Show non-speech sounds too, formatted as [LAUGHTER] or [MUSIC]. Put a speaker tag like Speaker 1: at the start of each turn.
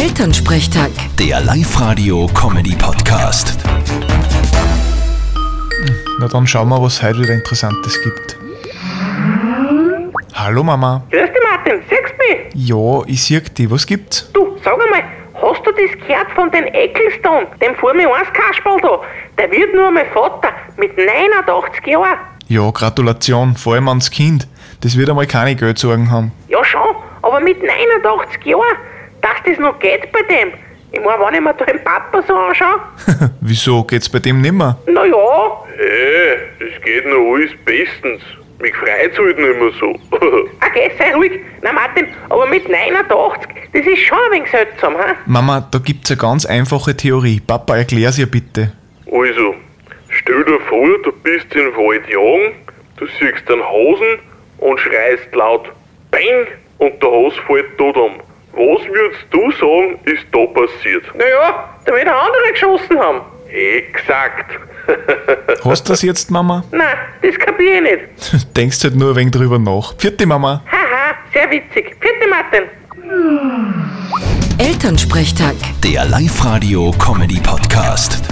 Speaker 1: Elternsprechtag.
Speaker 2: Der Live-Radio-Comedy-Podcast.
Speaker 3: Na dann schauen wir, was heute wieder Interessantes gibt. Hallo Mama.
Speaker 4: Grüß dich, Martin. Siehst mich?
Speaker 3: Ja, ich sehe dich. Was gibt's?
Speaker 4: Du, sag einmal, hast du das gehört von den Ecclestone, dem Formel 1 Kasperl da? Der wird nur mein Vater mit 89 Jahren.
Speaker 3: Ja, Gratulation, vor allem ans Kind. Das wird einmal keine Geldsorgen haben. [LAUGHS]
Speaker 4: Ja, schon, aber mit 89 Jahren, dass das noch geht bei dem. Ich meine, wenn ich mir da den Papa so anschaue,
Speaker 3: Wieso geht's bei dem nimmer?
Speaker 4: naja,
Speaker 5: Hey, Äh, es geht noch alles bestens. Mich freut's halt nicht mehr so. [LAUGHS]
Speaker 4: okay, sei ruhig. Na Martin, aber mit 89, das ist schon ein wenig seltsam, hä?
Speaker 3: Mama, da gibt's eine ganz einfache Theorie. Papa, erklär's ihr bitte.
Speaker 5: also, stell dir vor, du bist in den Wald jagen, du siehst einen Hasen und schreist laut Bang und der Hase fällt tot um. Was würdest du sagen, ist da passiert?
Speaker 4: Naja, da wird ein anderer geschossen haben.
Speaker 5: Exakt. [LAUGHS]
Speaker 3: Hast du das jetzt, Mama? [LAUGHS]
Speaker 4: Nein, das kapier ich nicht.
Speaker 3: Denkst halt nur ein wenig drüber nach. Vierte Mama.
Speaker 4: Haha, sehr witzig. Vierte Martin.
Speaker 1: Elternsprechtag.
Speaker 2: Der Live-Radio-Comedy-Podcast.